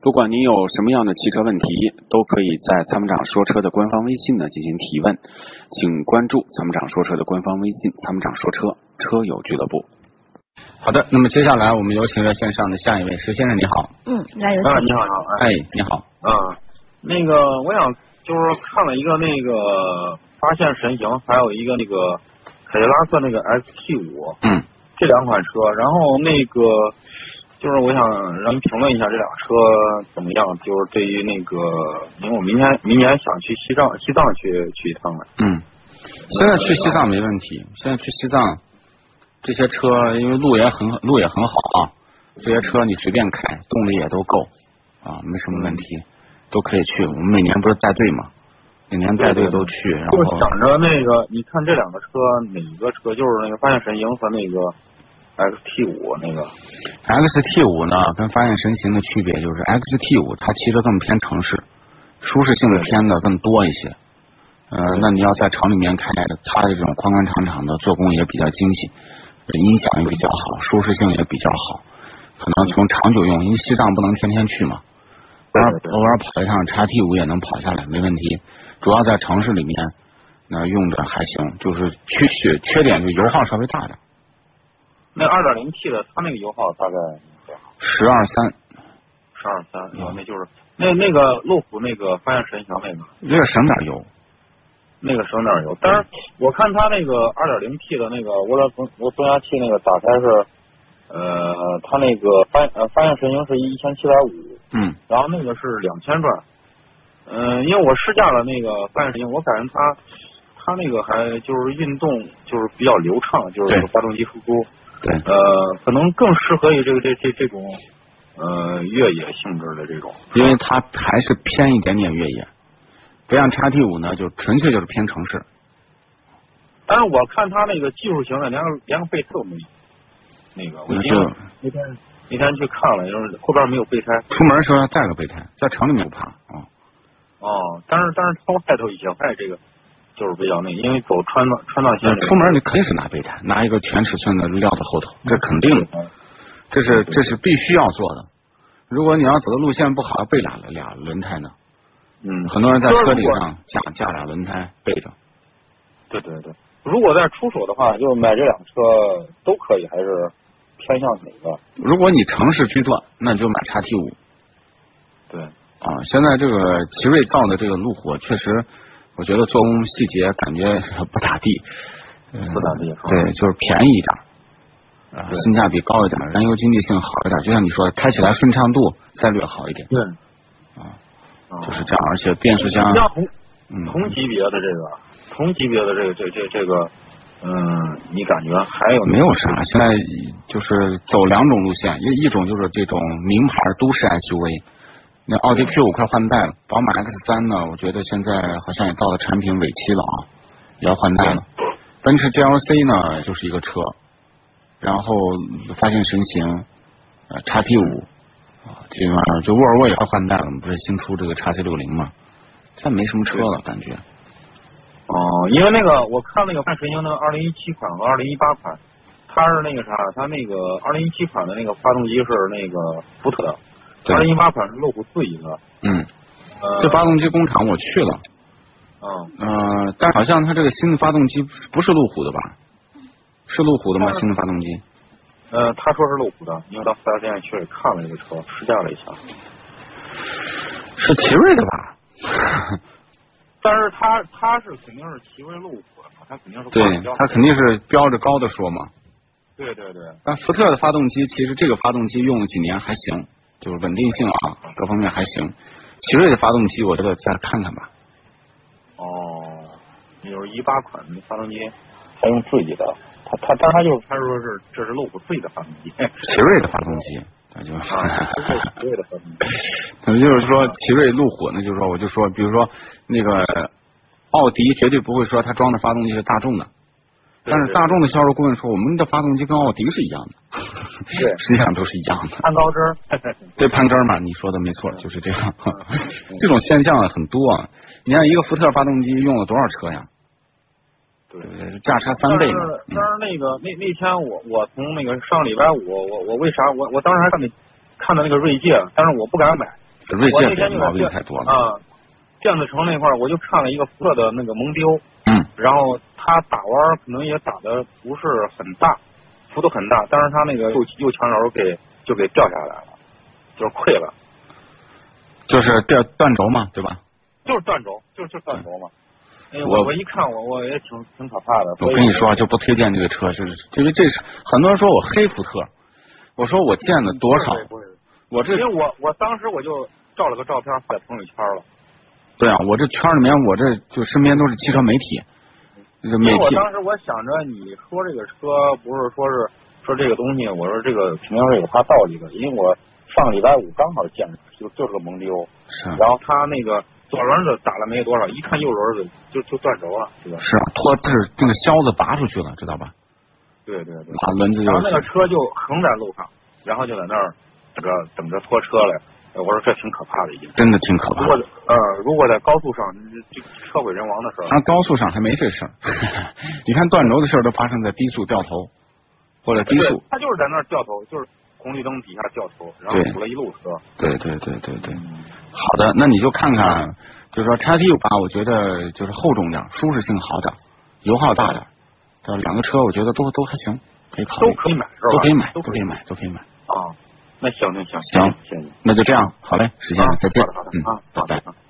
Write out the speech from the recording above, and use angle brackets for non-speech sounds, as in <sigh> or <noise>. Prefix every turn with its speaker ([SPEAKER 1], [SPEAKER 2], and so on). [SPEAKER 1] 不管您有什么样的汽车问题，都可以在参谋长说车的官方微信呢进行提问，请关注参谋长说车的官方微信“参谋长说车车友俱乐部
[SPEAKER 2] 好的，那么接下来我们有请热线上的下一位石先生，你好。
[SPEAKER 3] 嗯，来有请。
[SPEAKER 4] 啊，你好，你好，哎，
[SPEAKER 2] 哎，你好。
[SPEAKER 4] 啊，那个我想就是看了一个那个发现神行，还有一个那个凯迪拉克那个 XT 五
[SPEAKER 2] 嗯，
[SPEAKER 4] 这两款车，然后那个就是我想让您评论一下这俩车怎么样，就是对于那个，因为我明年明年想去西藏西藏去去一趟了，
[SPEAKER 2] 嗯，现在去西藏没问题。现在去西藏，这些车因为路也很路也很好啊，这些车你随便开，动力也都够啊，没什么问题，都可以去。我们每年不是带队嘛，每年带队都去，然
[SPEAKER 4] 就是
[SPEAKER 2] 后
[SPEAKER 4] 想着那个，你看这两个车哪一个车就是那个发现神行和那个 XT 五那
[SPEAKER 2] 啊
[SPEAKER 4] 个，
[SPEAKER 2] XT 五呢跟发现神行的区别就是 XT 五它其实更偏城市，舒适性的偏的更多一些。呃，
[SPEAKER 4] 嗯
[SPEAKER 2] 那你要在城里面开，它这种宽宽敞敞的做工也比较精细，音响也比较好，舒适性也比较好。可能从长久用，因为西藏不能天天去嘛，偶尔
[SPEAKER 4] 对对对
[SPEAKER 2] 偶尔跑一趟 XT 五也能跑下来，没问题。主要在城市里面，那用着还行，就是缺缺缺点就油耗稍微大点，
[SPEAKER 4] 那二点零 T 的它那个油耗大概多少？
[SPEAKER 2] 十二三。
[SPEAKER 4] 十二三，然后那就是嗯那那个路虎那个发现神行那个
[SPEAKER 2] 略省点油，
[SPEAKER 4] 那个省点油，但是我看它那个二点零 T 的那个涡轮增涡增压器那个打开是，呃，它那个发呃发现神行是一千七百五，
[SPEAKER 2] 嗯，
[SPEAKER 4] 然后那个是两千转，嗯、因为我试驾了那个发现神行，我感觉它它那个还就是运动就是比较流畅，就是
[SPEAKER 2] 对
[SPEAKER 4] 发动机输出，
[SPEAKER 2] 对。
[SPEAKER 4] 呃，可能更适合于这个这这这种呃越野性质的这种，
[SPEAKER 2] 因为它还是偏一点点越野，不像叉 T 五呢，就纯粹就是偏城市。
[SPEAKER 4] 但是我看他那个技术型的，连个连个备胎都没有。那个，我
[SPEAKER 2] 那
[SPEAKER 4] 因为
[SPEAKER 2] 就
[SPEAKER 4] 那天那天去看了，就是后边没有备胎
[SPEAKER 2] 出门的时候要带个备胎，在城里面不怕啊、
[SPEAKER 4] 嗯哦。但是但是它外头野外这个就是比较那个，因为走川藏川藏线
[SPEAKER 2] 呃
[SPEAKER 4] 这个。
[SPEAKER 2] 出门你肯定是拿备胎，拿一个全尺寸的撂在后头，这肯定，这是这是必须要做的。如果你要走的路线不好，要备俩俩轮胎呢。
[SPEAKER 4] 嗯，
[SPEAKER 2] 很多人在车
[SPEAKER 4] 就是
[SPEAKER 2] 顶
[SPEAKER 4] 如果
[SPEAKER 2] 上架架俩轮胎备着。
[SPEAKER 4] 对对对，如果再出手的话，就是买这辆车都可以，还是偏向哪个？
[SPEAKER 2] 如果你城市居多，那你就买叉 T 五。
[SPEAKER 4] 对，
[SPEAKER 2] 啊，现在这个奇瑞造的这个路虎，确实，我觉得做工细节感觉 <laughs> 不咋地。
[SPEAKER 4] 不咋地。是吧
[SPEAKER 2] 对，就是便宜一点儿，啊，
[SPEAKER 4] 对
[SPEAKER 2] 性价比高一点儿，燃油经济性好一点儿，就像你说，开起来顺畅度再略好一点，
[SPEAKER 4] 对。啊
[SPEAKER 2] 嗯就是这样。而且变速箱，
[SPEAKER 4] 像同
[SPEAKER 2] 嗯，
[SPEAKER 4] 同级别的这个，同级别的这个这这这个，嗯，你感觉还有
[SPEAKER 2] 没有啥，现在就是走两种路线，一一种就是这种名牌都市 SUV，那奥迪 Q 五快换代了，宝马 X 三呢，我觉得现在好像也到了产品尾期了啊，也要换代了。奔驰 GLC 呢就是一个车，然后发现神行，呃，叉 T 五啊，这玩意儿就沃尔沃也要换代了，不是新出这个叉 C 六零嘛，再没什么车了感觉。
[SPEAKER 4] 哦，因为那个我看那个范神鹰的二零一七款和二零一八款，它是那个啥，它那个二零一七款的那个发动机是那个福特的，
[SPEAKER 2] 对
[SPEAKER 4] 二零一八款是路虎自己的。
[SPEAKER 2] 嗯，
[SPEAKER 4] 呃，
[SPEAKER 2] 这发动机工厂我去了。
[SPEAKER 4] 嗯，
[SPEAKER 2] 呃，但好像它这个新的发动机不是路虎的吧？是路虎的吗？
[SPEAKER 4] 嗯
[SPEAKER 2] 新的发动机？
[SPEAKER 4] 呃，他说是路虎的，因为到四 S 店去看了这个车，试驾了一下。
[SPEAKER 2] 是奇瑞的吧？
[SPEAKER 4] 但是他他是肯定是奇瑞路虎的嘛，他肯定是
[SPEAKER 2] 对
[SPEAKER 4] 挂标，
[SPEAKER 2] 它肯定是标着高的说嘛。
[SPEAKER 4] 对对对，
[SPEAKER 2] 但福特的发动机其实这个发动机用了几年还行，就是稳定性啊，各方面还行。奇瑞的发动机我觉得再看看吧。
[SPEAKER 4] 哦，也就是一八款的发动机，他用自己的，他他但他就是他说是这是路虎自己的发动机， <laughs>
[SPEAKER 2] 奇瑞的发动机，那就
[SPEAKER 4] 啊，
[SPEAKER 2] <laughs>
[SPEAKER 4] 这是奇瑞的发动机。
[SPEAKER 2] 可能就是说奇瑞、路虎，那就是说我就说，比如说那个奥迪绝对不会说它装的发动机是大众的，
[SPEAKER 4] 对
[SPEAKER 2] 但是大众的销售顾问说我们的发动机跟奥迪是一样的， <laughs>
[SPEAKER 4] 对
[SPEAKER 2] 实际上都是一样
[SPEAKER 4] <laughs>
[SPEAKER 2] 的。
[SPEAKER 4] 攀高枝儿，
[SPEAKER 2] <laughs> 对攀杆儿嘛，你说的没错，就是这
[SPEAKER 4] <laughs>
[SPEAKER 2] 样。这种现象很多啊，你看一个福特发动机用了多少车呀？
[SPEAKER 4] 对
[SPEAKER 2] 对不对？价差三倍呢。嗯
[SPEAKER 4] 但是但是那个那那天我我从那个上礼拜五我我为啥我我当时还看那看到那个锐界，但是我不敢买，
[SPEAKER 2] 锐
[SPEAKER 4] 我那
[SPEAKER 2] 界
[SPEAKER 4] 天
[SPEAKER 2] 这
[SPEAKER 4] 就
[SPEAKER 2] 毛病
[SPEAKER 4] 在
[SPEAKER 2] 太多了。
[SPEAKER 4] 啊，电子城那块儿我就看了一个福特的那个啊蒙丢，
[SPEAKER 2] 嗯
[SPEAKER 4] 然后他打弯儿可能也打的不是很大，幅度很大，但是他那个右右墙轴给就给掉下来了，就是溃了，
[SPEAKER 2] 就是断断轴嘛，对吧？
[SPEAKER 4] 就是断轴，就是就是断轴嘛。哎，
[SPEAKER 2] 我
[SPEAKER 4] 我我一看我我也挺挺可怕的。
[SPEAKER 2] 我
[SPEAKER 4] 所以
[SPEAKER 2] 跟你说啊，就不推荐这个车，就是因为这是很多人说我黑福特，我说我见了多少
[SPEAKER 4] 不，是不是
[SPEAKER 2] 我这
[SPEAKER 4] 因为我我当时我就照了个照片发在朋友圈了，
[SPEAKER 2] 对啊，我这圈里面我这就身边都是汽车媒体，这
[SPEAKER 4] 因
[SPEAKER 2] 媒
[SPEAKER 4] 为我
[SPEAKER 2] 体
[SPEAKER 4] 当时我想着你说这个车不是说是说这个东西，我说这个肯定是有它道理的，因为我上个礼拜五刚好见着，就就是个蒙迪欧，
[SPEAKER 2] 是啊
[SPEAKER 4] 然后他那个左轮子打了没多少，一看右轮子就就断轴了，对吧？
[SPEAKER 2] 是啊拖这是那个销子拔出去了，知道吧？
[SPEAKER 4] 对对对。
[SPEAKER 2] 把轮子就
[SPEAKER 4] 然后那个
[SPEAKER 2] 是
[SPEAKER 4] 车就横在路上，然后就在那儿等着等着拖车来。呃我说这挺可怕的已经。
[SPEAKER 2] 真的挺可怕
[SPEAKER 4] 如
[SPEAKER 2] 的。
[SPEAKER 4] 果呃如果在高速上，这这车毁人亡的时候，
[SPEAKER 2] 那高速上还没这事儿， <laughs> 你看断轴的事儿都发生在低速掉头或者低速
[SPEAKER 4] 对，他就是在那儿掉头，就是红绿灯底下掉头，然后
[SPEAKER 2] 对嗯
[SPEAKER 4] 堵了一路车。
[SPEAKER 2] 对对对对对。好的，那你就看看，就是说叉 T 吧，我觉得就是厚重点儿，舒适性好点儿，油耗大点儿，这两个车我觉得都都还行，可以考
[SPEAKER 4] 都
[SPEAKER 2] 虑，
[SPEAKER 4] 可以买是吧？
[SPEAKER 2] 都可以买，
[SPEAKER 4] 都
[SPEAKER 2] 都
[SPEAKER 4] 可
[SPEAKER 2] 可以买，都可以买。
[SPEAKER 4] 啊。那行行行
[SPEAKER 2] 行
[SPEAKER 4] 行，
[SPEAKER 2] 那就这样，好嘞，时间
[SPEAKER 4] 啊
[SPEAKER 2] 了，再见
[SPEAKER 4] 好的好的，
[SPEAKER 2] 嗯
[SPEAKER 4] 啊，
[SPEAKER 2] 拜
[SPEAKER 4] 好的
[SPEAKER 2] 拜。
[SPEAKER 4] 啊